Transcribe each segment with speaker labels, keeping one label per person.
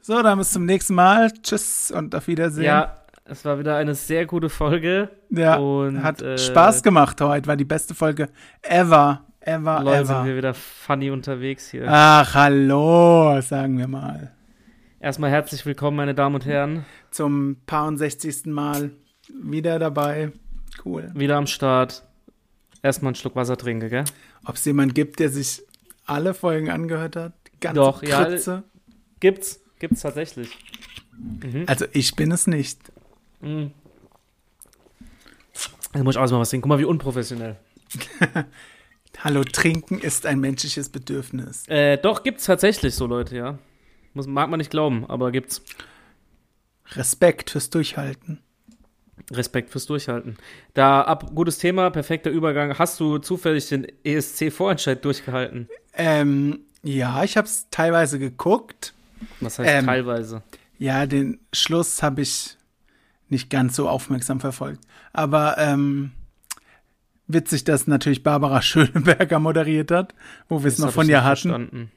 Speaker 1: So, dann bis zum nächsten Mal. Tschüss und auf Wiedersehen.
Speaker 2: Ja, es war wieder eine sehr gute Folge.
Speaker 1: Ja,
Speaker 2: und,
Speaker 1: hat
Speaker 2: äh,
Speaker 1: Spaß gemacht heute. War die beste Folge ever. Ever,
Speaker 2: Leute, sind
Speaker 1: ever.
Speaker 2: wir wieder funny unterwegs hier.
Speaker 1: Ach, hallo, sagen wir mal.
Speaker 2: Erstmal herzlich willkommen, meine Damen und Herren.
Speaker 1: Zum paar und sechzigsten Mal wieder dabei. Cool.
Speaker 2: Wieder am Start. Erstmal einen Schluck Wasser trinken, gell?
Speaker 1: Ob es jemand gibt, der sich alle Folgen angehört hat? Die Ganze
Speaker 2: Doch, ja.
Speaker 1: Kritze?
Speaker 2: Gibt's. Gibt's tatsächlich.
Speaker 1: Also ich bin es nicht.
Speaker 2: Mm. Jetzt muss ich auch mal was sehen. Guck mal, wie unprofessionell.
Speaker 1: Hallo, trinken ist ein menschliches Bedürfnis.
Speaker 2: Äh, doch, gibt's tatsächlich so Leute, ja. Muss, mag man nicht glauben, aber gibt's.
Speaker 1: Respekt fürs Durchhalten.
Speaker 2: Respekt fürs Durchhalten. Da ab, gutes Thema, perfekter Übergang. Hast du zufällig den E ESC-Vorentscheid durchgehalten?
Speaker 1: Ähm, ja, ich habe es teilweise geguckt.
Speaker 2: Was heißt
Speaker 1: Ähm.
Speaker 2: teilweise?
Speaker 1: Ja, den Schluss habe ich nicht ganz so aufmerksam verfolgt. Aber ähm, witzig, dass natürlich Barbara Schöneberger moderiert hat, wo wir es
Speaker 2: Das
Speaker 1: noch
Speaker 2: hab
Speaker 1: von
Speaker 2: ich
Speaker 1: ihr
Speaker 2: nicht
Speaker 1: hatten.
Speaker 2: Verstanden.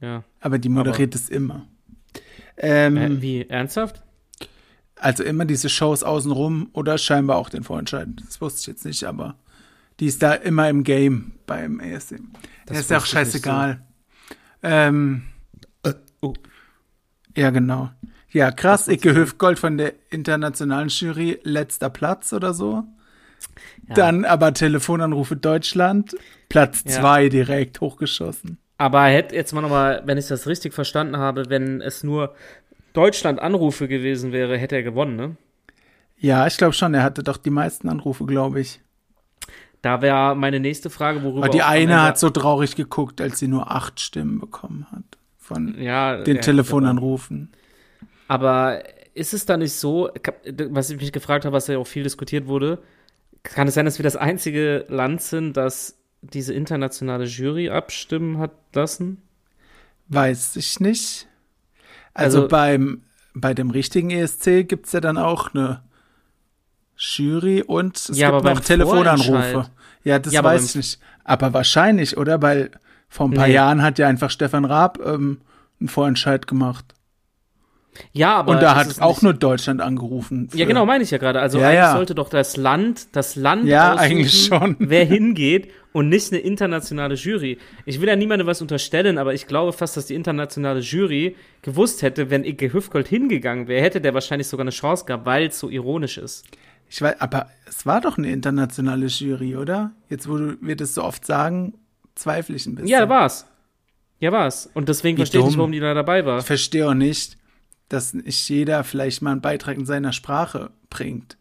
Speaker 2: Ja.
Speaker 1: Aber die moderiert es immer. Ähm,
Speaker 2: Äh, wie? Ernsthaft?
Speaker 1: Also immer diese Shows außenrum oder scheinbar auch den Vorentscheid. Das wusste ich jetzt nicht, aber die ist da immer im Game beim ESC. Das ist ja auch
Speaker 2: wusste ich nicht
Speaker 1: scheißegal. Ähm,
Speaker 2: Oh.
Speaker 1: ja, genau. Ja, krass, Icke Höfgold von der internationalen Jury, letzter Platz oder so.
Speaker 2: Ja.
Speaker 1: Dann aber Telefonanrufe Deutschland, Platz
Speaker 2: Ja.
Speaker 1: zwei direkt hochgeschossen.
Speaker 2: Aber hätte jetzt mal nochmal, wenn ich das richtig verstanden habe, wenn es nur Deutschland Anrufe gewesen wäre, hätte er gewonnen, ne?
Speaker 1: Ja, ich glaube schon, er hatte doch die meisten Anrufe, glaube ich.
Speaker 2: Da wäre meine nächste Frage, worüber.
Speaker 1: Aber die
Speaker 2: auch am Ende-
Speaker 1: eine hat so traurig geguckt, als sie nur acht Stimmen bekommen hat von
Speaker 2: ja,
Speaker 1: den
Speaker 2: ja, genau.
Speaker 1: Telefonanrufen.
Speaker 2: Aber ist es da nicht so, was ich mich gefragt habe, was ja auch viel diskutiert wurde, kann es sein, dass wir das einzige Land sind, das diese internationale Jury abstimmen hat lassen?
Speaker 1: Weiß ich nicht. Also,
Speaker 2: Also-
Speaker 1: beim, bei dem richtigen E ESC gibt es ja dann auch eine Jury und es gibt
Speaker 2: Ja, aber
Speaker 1: noch
Speaker 2: beim
Speaker 1: Telefonanrufe.
Speaker 2: Vorentscheid.
Speaker 1: Ja, das
Speaker 2: Ja, aber
Speaker 1: weiß ich
Speaker 2: beim-
Speaker 1: nicht. Aber wahrscheinlich, oder? Weil vor ein paar
Speaker 2: Nee.
Speaker 1: Jahren hat ja einfach Stefan Raab ähm, einen Vorentscheid gemacht.
Speaker 2: Ja, aber.
Speaker 1: und da
Speaker 2: ist
Speaker 1: hat
Speaker 2: es
Speaker 1: auch
Speaker 2: nicht-
Speaker 1: nur Deutschland angerufen.
Speaker 2: Ja,
Speaker 1: für-
Speaker 2: genau, meine ich ja gerade. Also
Speaker 1: Ja,
Speaker 2: eigentlich
Speaker 1: ja.
Speaker 2: sollte doch das Land, das Land
Speaker 1: Ja,
Speaker 2: aussuchen,
Speaker 1: eigentlich schon.
Speaker 2: wer hingeht und nicht eine internationale Jury. Ich will ja niemandem was unterstellen, aber ich glaube fast, dass die internationale Jury gewusst hätte, wenn Icke Hüfgold hingegangen wäre, hätte der wahrscheinlich sogar eine Chance gehabt, weil es so ironisch ist.
Speaker 1: Ich weiß, aber es war doch eine internationale Jury, oder? Jetzt, wo du- wir das so oft sagen, zweifle ich ein bisschen.
Speaker 2: Ja, war's. Ja, war's. Und deswegen
Speaker 1: Wie
Speaker 2: verstehe ich nicht,
Speaker 1: dumm.
Speaker 2: warum die da dabei war.
Speaker 1: Ich verstehe auch nicht, dass nicht jeder vielleicht mal einen Beitrag in seiner Sprache bringt.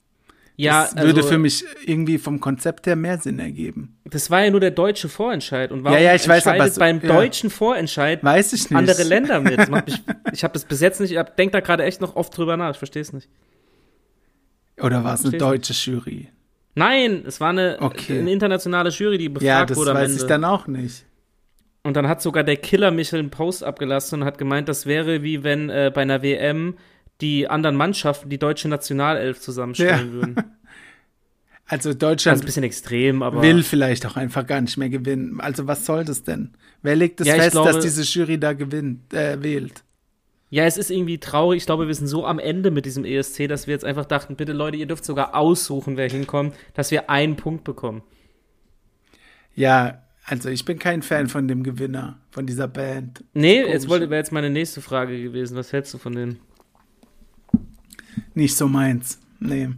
Speaker 2: Ja,
Speaker 1: das würde
Speaker 2: also,
Speaker 1: für mich irgendwie vom Konzept her mehr Sinn ergeben.
Speaker 2: Das war ja nur der deutsche Vorentscheid. Und warum
Speaker 1: Ja, ja, ich weiß, aber
Speaker 2: entscheidet
Speaker 1: es-
Speaker 2: beim
Speaker 1: ja.
Speaker 2: deutschen Vorentscheid
Speaker 1: Weiß ich nicht.
Speaker 2: andere Länder mit? Das macht mich, ich habe das bis jetzt nicht, ich hab- denk da gerade echt noch oft drüber nach, ich verstehe es nicht.
Speaker 1: Oder war es eine
Speaker 2: Verstehst du?
Speaker 1: deutsche Jury?
Speaker 2: Nein, es war eine,
Speaker 1: Okay.
Speaker 2: eine internationale Jury, die befragt
Speaker 1: Ja, das
Speaker 2: wurde am
Speaker 1: weiß
Speaker 2: Ende.
Speaker 1: ich dann auch nicht.
Speaker 2: und dann hat sogar der Killer Michel einen Post abgelassen und hat gemeint, das wäre wie wenn äh, bei einer WM die anderen Mannschaften die deutsche Nationalelf zusammenstellen
Speaker 1: Ja.
Speaker 2: würden.
Speaker 1: Also
Speaker 2: Das ist ein
Speaker 1: Deutschland
Speaker 2: bisschen extrem, aber
Speaker 1: will vielleicht auch einfach gar nicht mehr gewinnen. Also was soll das denn? Wer legt es
Speaker 2: Ja, ich
Speaker 1: fest, dass
Speaker 2: glaube-
Speaker 1: diese Jury da gewinnt, äh, wählt?
Speaker 2: ja, es ist irgendwie traurig. Ich glaube, wir sind so am Ende mit diesem ESC, dass wir jetzt einfach dachten, bitte Leute, ihr dürft sogar aussuchen, wer hinkommt, dass wir einen Punkt bekommen.
Speaker 1: Ja, also ich bin kein Fan von dem Gewinner, von dieser Band.
Speaker 2: Nee,
Speaker 1: Komisch.
Speaker 2: jetzt wollte- wäre jetzt meine nächste Frage gewesen. Was hältst du von denen?
Speaker 1: Nicht so meins. Nee.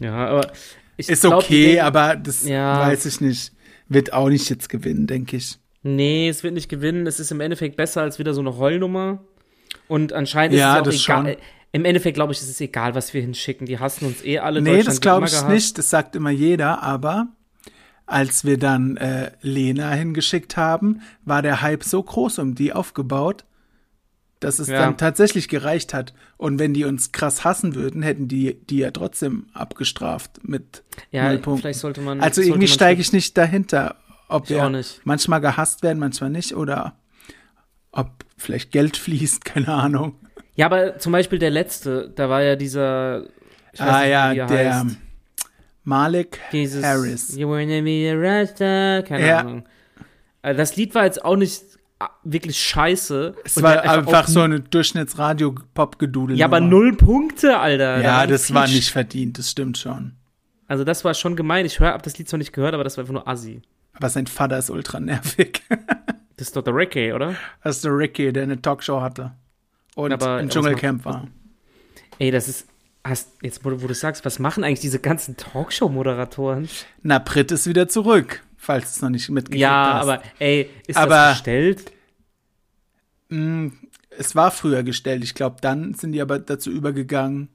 Speaker 2: Ja, aber ich
Speaker 1: Ist
Speaker 2: glaub, die
Speaker 1: okay,
Speaker 2: denken-
Speaker 1: aber das
Speaker 2: Ja.
Speaker 1: weiß ich nicht. Wird auch nicht jetzt gewinnen, denke ich.
Speaker 2: Nee, es wird nicht gewinnen. Es ist im Endeffekt besser als wieder so eine Heulnummer. Und anscheinend
Speaker 1: Ja,
Speaker 2: ist
Speaker 1: das
Speaker 2: es auch egal.
Speaker 1: schon.
Speaker 2: Im Endeffekt, glaube ich, ist es egal, was wir hinschicken. Die hassen uns eh alle.
Speaker 1: Nee,
Speaker 2: Deutschland
Speaker 1: das
Speaker 2: hat
Speaker 1: glaube
Speaker 2: immer
Speaker 1: ich
Speaker 2: gehasst.
Speaker 1: nicht. Das sagt immer jeder, aber als wir dann äh, Lena hingeschickt haben, war der Hype so groß um die aufgebaut, dass es
Speaker 2: Ja.
Speaker 1: dann tatsächlich gereicht hat. Und wenn die uns krass hassen würden, hätten die die ja trotzdem abgestraft mit
Speaker 2: Ja,
Speaker 1: null Punkten.
Speaker 2: vielleicht sollte man.
Speaker 1: Also
Speaker 2: sollte
Speaker 1: irgendwie
Speaker 2: man
Speaker 1: steige ich nicht dahinter, ob
Speaker 2: Ich
Speaker 1: wir
Speaker 2: auch nicht.
Speaker 1: manchmal gehasst werden, manchmal nicht oder ob vielleicht Geld fließt, keine Ahnung.
Speaker 2: Ja, aber zum Beispiel der letzte, da war ja dieser. Ich weiß
Speaker 1: ah
Speaker 2: nicht, wie
Speaker 1: ja,
Speaker 2: er
Speaker 1: der
Speaker 2: heißt.
Speaker 1: Malik
Speaker 2: Dieses,
Speaker 1: Harris.
Speaker 2: You wanna be a Rasta, keine
Speaker 1: Ja.
Speaker 2: Ahnung. Also das Lied war jetzt auch nicht wirklich scheiße.
Speaker 1: Es
Speaker 2: und
Speaker 1: war
Speaker 2: halt
Speaker 1: einfach,
Speaker 2: auch-
Speaker 1: so eine Durchschnittsradio-Pop-Gedudel.
Speaker 2: Ja, aber null Punkte, Alter.
Speaker 1: Ja,
Speaker 2: Da
Speaker 1: das war
Speaker 2: zieht-
Speaker 1: nicht verdient, das stimmt schon.
Speaker 2: Also das war schon gemein. Ich höre, hab das Lied zwar nicht gehört, aber das war einfach nur Assi.
Speaker 1: Aber sein Vater ist ultra nervig.
Speaker 2: Das ist doch der Reggae, oder?
Speaker 1: Das ist der Ricky, der eine Talkshow hatte. Und
Speaker 2: Aber
Speaker 1: im
Speaker 2: was
Speaker 1: Dschungelcamp war.
Speaker 2: Ey, das ist. Hast, jetzt, wo, wo du sagst, was machen eigentlich diese ganzen Talkshow-Moderatoren?
Speaker 1: Na, Brit ist wieder zurück, falls du es noch nicht mitgekriegt
Speaker 2: Ja,
Speaker 1: hast.
Speaker 2: aber ey, ist
Speaker 1: Aber-
Speaker 2: das gestellt?
Speaker 1: Es war früher gestellt. Ich glaube, dann sind die aber dazu übergegangen,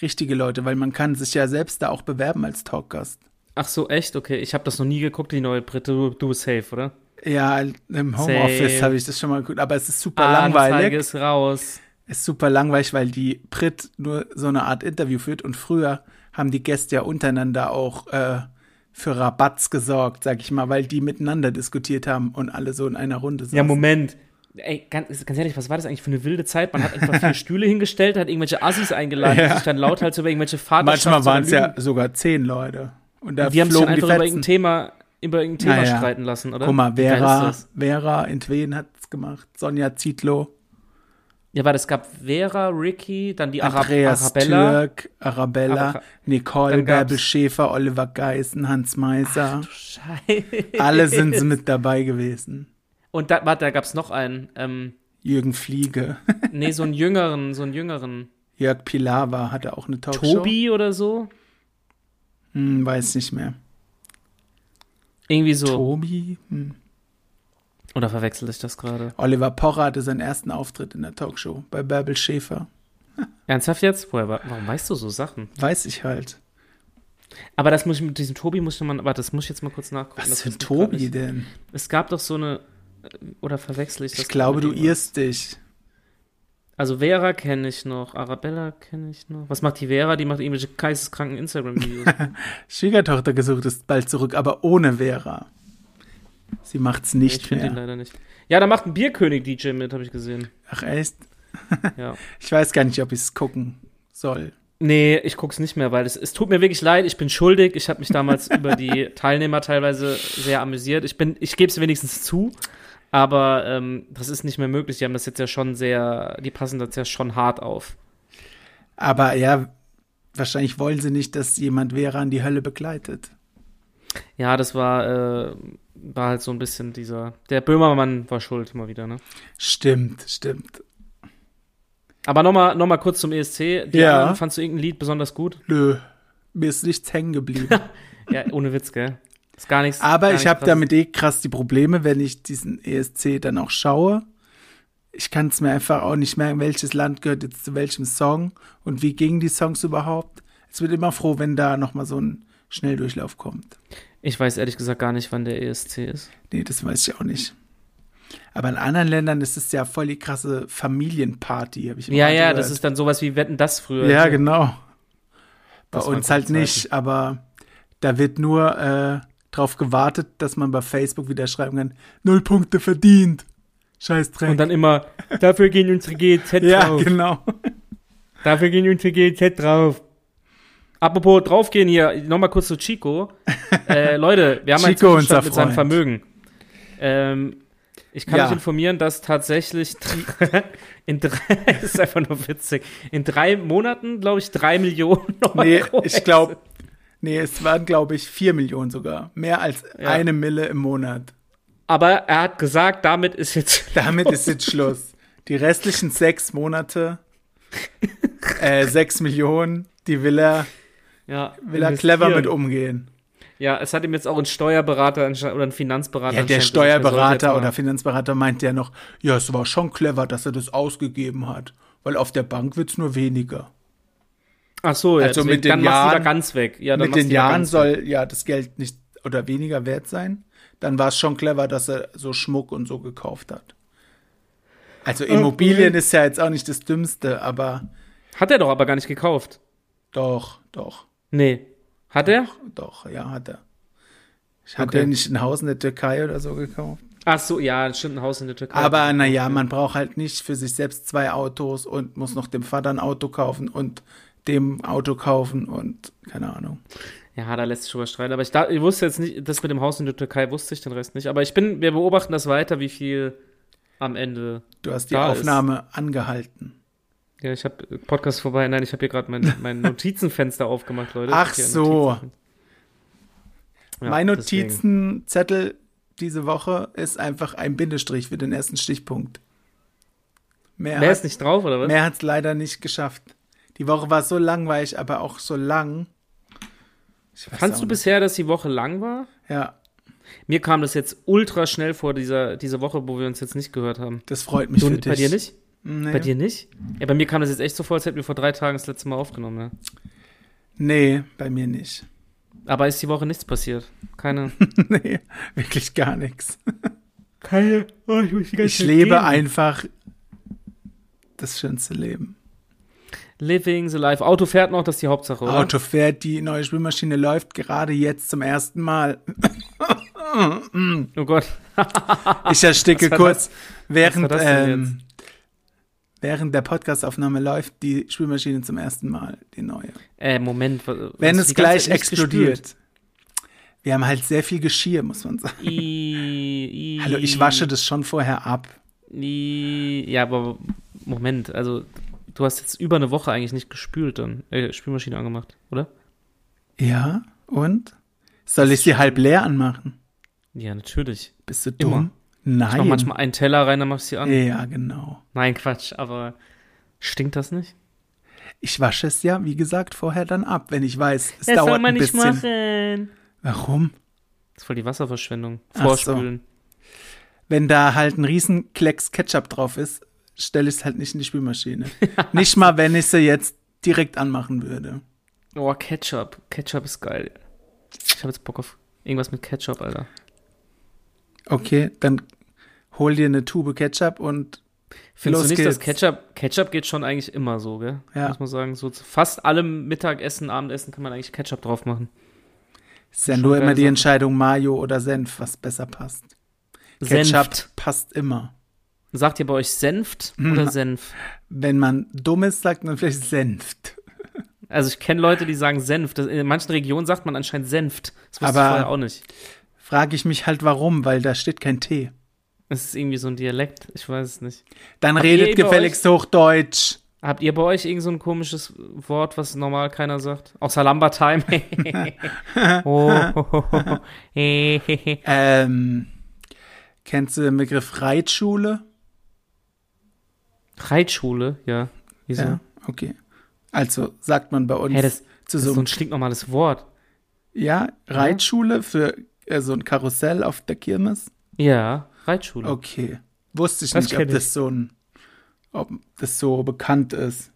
Speaker 1: richtige Leute, weil man kann sich ja selbst da auch bewerben als Talkgast.
Speaker 2: Ach so, echt? Okay, ich habe das noch nie geguckt, die neue Britte. Du, du bist safe, oder?
Speaker 1: Ja, im Homeoffice
Speaker 2: Safe.
Speaker 1: habe ich das schon mal geguckt, aber es ist super
Speaker 2: Ah, Anzeige
Speaker 1: langweilig.
Speaker 2: ist raus.
Speaker 1: Ist super langweilig, weil die Brit nur so eine Art Interview führt und früher haben die Gäste ja untereinander auch äh, für Rabatz gesorgt, sag ich mal, weil die miteinander diskutiert haben und alle so in einer Runde sind.
Speaker 2: Ja, Moment. Ey, ganz, ganz ehrlich, was war das eigentlich für eine wilde Zeit? Man hat einfach vier Stühle hingestellt, hat irgendwelche Assis eingeladen,
Speaker 1: Ja.
Speaker 2: die sich dann laut halt so über irgendwelche Fahrten.
Speaker 1: Manchmal waren es ja sogar zehn Leute. Und da
Speaker 2: Die haben sich
Speaker 1: flogen
Speaker 2: dann
Speaker 1: die
Speaker 2: einfach über irgendein
Speaker 1: Fetzen.
Speaker 2: Thema, über irgendein Thema
Speaker 1: Naja.
Speaker 2: streiten lassen, oder?
Speaker 1: Guck mal,
Speaker 2: Ne? Wie geil
Speaker 1: Vera,
Speaker 2: ist das?
Speaker 1: Vera in Tween hat's gemacht, Sonja Zietlow,
Speaker 2: Ja, weil es gab Vera, Ricky, dann die Arab
Speaker 1: Andreas
Speaker 2: Arabella.
Speaker 1: Türk, Arabella,
Speaker 2: Ara-
Speaker 1: Nicole,
Speaker 2: Dann gab's-
Speaker 1: Bärbel Schäfer, Oliver Geißen, Hans Meiser.
Speaker 2: Scheiße.
Speaker 1: Alle sind mit dabei gewesen.
Speaker 2: Und da, warte, da gab es noch einen. Ähm,
Speaker 1: Jürgen Fliege,
Speaker 2: nee, so einen jüngeren, so einen jüngeren.
Speaker 1: Jörg Pilawa hatte auch eine Talkshow.
Speaker 2: Tobi oder so?
Speaker 1: Hm, weiß nicht mehr.
Speaker 2: Irgendwie so.
Speaker 1: Tobi? Hm.
Speaker 2: oder verwechsel ich das gerade?
Speaker 1: Oliver Pocher hatte seinen ersten Auftritt in der Talkshow bei Bärbel Schäfer.
Speaker 2: Ernsthaft jetzt? Woher, wa- warum weißt du so Sachen?
Speaker 1: Weiß ich halt.
Speaker 2: Aber das muss ich mit diesem Tobi muss ich nochmal. Warte, das muss ich jetzt mal kurz nachgucken.
Speaker 1: Was
Speaker 2: das
Speaker 1: für ein
Speaker 2: ist mir grad
Speaker 1: Tobi
Speaker 2: nicht-
Speaker 1: denn?
Speaker 2: Es gab doch so eine. äh, Oder verwechsel ich das?
Speaker 1: Ich glaube,
Speaker 2: mit
Speaker 1: du
Speaker 2: irgendwas?
Speaker 1: irrst dich.
Speaker 2: Also Vera kenne ich noch, Arabella kenne ich noch. Was macht die Vera? Die macht irgendwelche geisteskranken Instagram-Videos.
Speaker 1: Schwiegertochter gesucht ist bald zurück, aber ohne Vera. Sie macht's
Speaker 2: ich
Speaker 1: nicht
Speaker 2: finde ihn
Speaker 1: mehr.
Speaker 2: leider nicht. Ja, da macht ein Bierkönig-DJ mit, habe ich gesehen.
Speaker 1: Ach echt?
Speaker 2: Ja.
Speaker 1: Ich weiß gar nicht, ob ich's gucken soll.
Speaker 2: Nee, ich guck's nicht mehr, weil es, es tut mir wirklich leid, ich bin schuldig. Ich habe mich damals über die Teilnehmer teilweise sehr amüsiert. Ich bin, ich gebe es wenigstens zu, aber ähm, das ist nicht mehr möglich. Die haben das jetzt ja schon sehr, die passen das ja schon hart auf.
Speaker 1: Aber ja, wahrscheinlich wollen sie nicht, dass jemand Vera in die Hölle begleitet.
Speaker 2: Ja, das war, äh, war halt so ein bisschen dieser. Der Böhmermann war schuld mal wieder, ne?
Speaker 1: Stimmt, stimmt.
Speaker 2: Aber nochmal noch mal kurz zum ESC. Die
Speaker 1: Ja.
Speaker 2: anderen, fandst du irgendein Lied besonders gut?
Speaker 1: Nö, mir ist nichts hängen geblieben.
Speaker 2: Ja, ohne Witz, gell? Ist gar nichts.
Speaker 1: Aber
Speaker 2: gar
Speaker 1: ich
Speaker 2: nichts
Speaker 1: habe
Speaker 2: krasses.
Speaker 1: damit eh krass die Probleme, wenn ich diesen ESC dann auch schaue. Ich kann es mir einfach auch nicht merken, welches Land gehört jetzt zu welchem Song und wie gingen die Songs überhaupt. Es wird immer froh, wenn da nochmal so ein Schnelldurchlauf kommt.
Speaker 2: Ich weiß ehrlich gesagt gar nicht, wann der ESC ist.
Speaker 1: Nee, das weiß ich auch nicht. Aber in anderen Ländern ist es ja voll die krasse Familienparty, habe ich immer
Speaker 2: Ja,
Speaker 1: mal
Speaker 2: ja,
Speaker 1: gehört.
Speaker 2: das ist dann sowas wie Wetten das früher.
Speaker 1: Ja, genau. Bei
Speaker 2: Das waren
Speaker 1: uns halt
Speaker 2: gute Zeiten.
Speaker 1: nicht, aber da wird nur äh, drauf gewartet, dass man bei Facebook wieder schreiben kann, null Punkte verdient. Scheiß Dreck.
Speaker 2: Und dann immer, dafür gehen unsere GEZ
Speaker 1: ja,
Speaker 2: drauf. Oh
Speaker 1: genau.
Speaker 2: Dafür gehen unsere GEZ drauf. Apropos draufgehen hier, nochmal kurz zu Chico. äh, Leute, wir haben einen
Speaker 1: Chico, unser
Speaker 2: Zwischenstand mit seinem
Speaker 1: Freund.
Speaker 2: Vermögen. Ähm, ich kann
Speaker 1: Ja.
Speaker 2: euch informieren, dass tatsächlich in drei, ist einfach nur witzig, in drei Monaten, glaube ich, drei Millionen Euro.
Speaker 1: Nee, ich glaube, nee, es waren, glaube ich, vier Millionen sogar. Mehr als
Speaker 2: Ja.
Speaker 1: eine Mille im Monat.
Speaker 2: Aber er hat gesagt, damit ist jetzt
Speaker 1: Damit ist jetzt Schluss. Die restlichen sechs Monate, äh, sechs Millionen, die will er,
Speaker 2: ja,
Speaker 1: will er clever
Speaker 2: investieren.
Speaker 1: mit umgehen.
Speaker 2: Ja, es hat ihm jetzt auch ein Steuerberater ansche- oder ein Finanzberater.
Speaker 1: Ja, der
Speaker 2: anscheinend gesagt, er sollte
Speaker 1: Steuerberater
Speaker 2: jetzt mal-
Speaker 1: oder Finanzberater meint ja noch, ja, es war schon clever, dass er das ausgegeben hat, weil auf der Bank wird's nur weniger.
Speaker 2: Ach so, ja,
Speaker 1: Also
Speaker 2: deswegen,
Speaker 1: mit den
Speaker 2: dann machst du
Speaker 1: Jahren-
Speaker 2: da ganz weg. Ja, dann
Speaker 1: Mit
Speaker 2: machst
Speaker 1: den
Speaker 2: du da
Speaker 1: Jahren
Speaker 2: ganz weg.
Speaker 1: soll ja das Geld nicht oder weniger wert sein. Dann war es schon clever, dass er so Schmuck und so gekauft hat. Also Immobilien ist ja jetzt auch nicht das Dümmste, aber
Speaker 2: Hat er doch aber gar nicht gekauft.
Speaker 1: doch, doch,
Speaker 2: Nee. Hat er?
Speaker 1: doch, ja, hat er. Hat
Speaker 2: Okay.
Speaker 1: er nicht ein Haus in der Türkei oder so gekauft?
Speaker 2: Ach so, ja, stimmt, ein Haus in der Türkei.
Speaker 1: Aber naja, man braucht halt nicht für sich selbst zwei Autos und muss noch dem Vater ein Auto kaufen und dem Auto kaufen und keine Ahnung.
Speaker 2: Ja, da lässt sich drüber streiten. Aber ich, da, ich wusste jetzt nicht, das mit dem Haus in der Türkei wusste ich den Rest nicht. Aber ich bin, wir beobachten das weiter, wie viel am Ende.
Speaker 1: Du hast die
Speaker 2: da ist.
Speaker 1: Aufnahme angehalten.
Speaker 2: Ja, ich habe Podcast vorbei. Nein, ich habe hier gerade mein, mein Notizenfenster aufgemacht, Leute.
Speaker 1: Ach
Speaker 2: Ich hab hier ein
Speaker 1: so.
Speaker 2: Notizenfenster. Ja,
Speaker 1: mein
Speaker 2: deswegen.
Speaker 1: Notizenzettel diese Woche ist einfach ein Bindestrich für den ersten Stichpunkt. Mehr,
Speaker 2: Mehr
Speaker 1: hat,
Speaker 2: ist nicht drauf, oder was?
Speaker 1: mehr hat's leider nicht geschafft. Die Woche war so langweilig, aber auch so lang. Ich weiß auch
Speaker 2: Fandst du
Speaker 1: nicht.
Speaker 2: bisher, dass die Woche lang war?
Speaker 1: Ja,
Speaker 2: Mir kam das jetzt ultra schnell vor, dieser, diese Woche, wo wir uns jetzt nicht gehört haben.
Speaker 1: das freut mich
Speaker 2: du,
Speaker 1: für
Speaker 2: bei
Speaker 1: dich.
Speaker 2: dir nicht?
Speaker 1: Nee.
Speaker 2: Bei dir nicht? Ja, bei mir kam das jetzt echt so vor, als hätten wir vor drei Tagen das letzte Mal aufgenommen. Ne?
Speaker 1: Nee, bei mir nicht.
Speaker 2: Aber ist die Woche nichts passiert? Keine.
Speaker 1: nee, wirklich gar nichts.
Speaker 2: Keine. Oh, ich muss die
Speaker 1: Ich lebe einfach das schönste Leben.
Speaker 2: Living the life. Auto fährt noch, das ist die Hauptsache, oder?
Speaker 1: Auto fährt, die neue Spülmaschine läuft gerade jetzt zum ersten Mal.
Speaker 2: Oh Gott.
Speaker 1: Ich ersticke
Speaker 2: Ah, Was war
Speaker 1: kurz, während,
Speaker 2: was war das denn
Speaker 1: ähm, während der Podcastaufnahme läuft die Spülmaschine zum ersten Mal, die neue.
Speaker 2: Äh, Moment. wa-
Speaker 1: Wenn
Speaker 2: hast
Speaker 1: es
Speaker 2: die ganze
Speaker 1: gleich
Speaker 2: Zeit nichts
Speaker 1: explodiert.
Speaker 2: gespült?
Speaker 1: Wir haben halt sehr viel Geschirr, muss man sagen.
Speaker 2: I, I,
Speaker 1: Hallo, ich wasche das schon vorher ab.
Speaker 2: I, ja, aber Moment. Also, du hast jetzt über eine Woche eigentlich nicht gespült dann. Äh, Spülmaschine angemacht, oder?
Speaker 1: Ja, und? Soll ich sie halb leer anmachen?
Speaker 2: Ja, natürlich.
Speaker 1: Bist du dumm?
Speaker 2: Immer. Ich mach
Speaker 1: Nein.
Speaker 2: manchmal einen Teller rein, dann mach ich sie an.
Speaker 1: ja, genau.
Speaker 2: Nein, Quatsch, aber stinkt das nicht?
Speaker 1: Ich wasche es ja, wie gesagt, vorher dann ab, wenn ich weiß, es
Speaker 2: das soll
Speaker 1: dauert
Speaker 2: man
Speaker 1: ein
Speaker 2: nicht
Speaker 1: bisschen.
Speaker 2: machen.
Speaker 1: Warum?
Speaker 2: Das ist voll die Wasserverschwendung.
Speaker 1: Ach
Speaker 2: Vorspülen.
Speaker 1: Wenn da halt ein riesen Klecks Ketchup drauf ist, stelle ich es halt nicht in die Spülmaschine. nicht mal, wenn ich sie jetzt direkt anmachen würde.
Speaker 2: Oh, Ketchup. Ketchup ist geil. Ich habe jetzt Bock auf irgendwas mit Ketchup, Alter.
Speaker 1: Okay, dann hol dir eine Tube Ketchup und
Speaker 2: Findest
Speaker 1: Los
Speaker 2: du nicht, dass
Speaker 1: geht's.
Speaker 2: Ketchup, Ketchup geht schon eigentlich immer so, gell?
Speaker 1: Ja.
Speaker 2: Muss man sagen, so zu fast allem Mittagessen, Abendessen kann man eigentlich Ketchup drauf machen.
Speaker 1: ist ja
Speaker 2: Schon
Speaker 1: nur
Speaker 2: geile
Speaker 1: immer die
Speaker 2: Sache.
Speaker 1: Entscheidung Mayo oder Senf, was besser passt. Ketchup
Speaker 2: Senft.
Speaker 1: passt immer.
Speaker 2: Sagt ihr bei euch Senft
Speaker 1: Hm.
Speaker 2: oder Senf?
Speaker 1: Wenn man dumm ist, sagt man vielleicht Senft.
Speaker 2: Also ich kenne Leute, die sagen Senf. Das, in manchen Regionen sagt man anscheinend Senft. Das wusste
Speaker 1: Aber-
Speaker 2: ich vorher auch nicht.
Speaker 1: Frage ich mich halt warum, weil da steht kein T.
Speaker 2: Es ist irgendwie so ein Dialekt. Ich weiß es nicht.
Speaker 1: Dann
Speaker 2: Habt ihr
Speaker 1: redet
Speaker 2: bei
Speaker 1: gefälligst Hochdeutsch.
Speaker 2: Habt ihr bei euch irgend so ein komisches Wort, was normal keiner sagt? Außer Lumbertime. oh, ho, ho, ho. Hey, hey, hey.
Speaker 1: Ähm, kennst du den Begriff Reitschule?
Speaker 2: Reitschule, ja. Wieso?
Speaker 1: Ja, okay. Also sagt man bei uns
Speaker 2: Hä, das,
Speaker 1: zu
Speaker 2: das ist so
Speaker 1: so
Speaker 2: ein stinknormales Wort.
Speaker 1: ja, Reitschule für äh, so ein Karussell auf der Kirmes.
Speaker 2: Ja, Reitschule.
Speaker 1: Okay. Wusste ich
Speaker 2: Das
Speaker 1: nicht,
Speaker 2: kenn
Speaker 1: ob das so ein ob das so bekannt ist.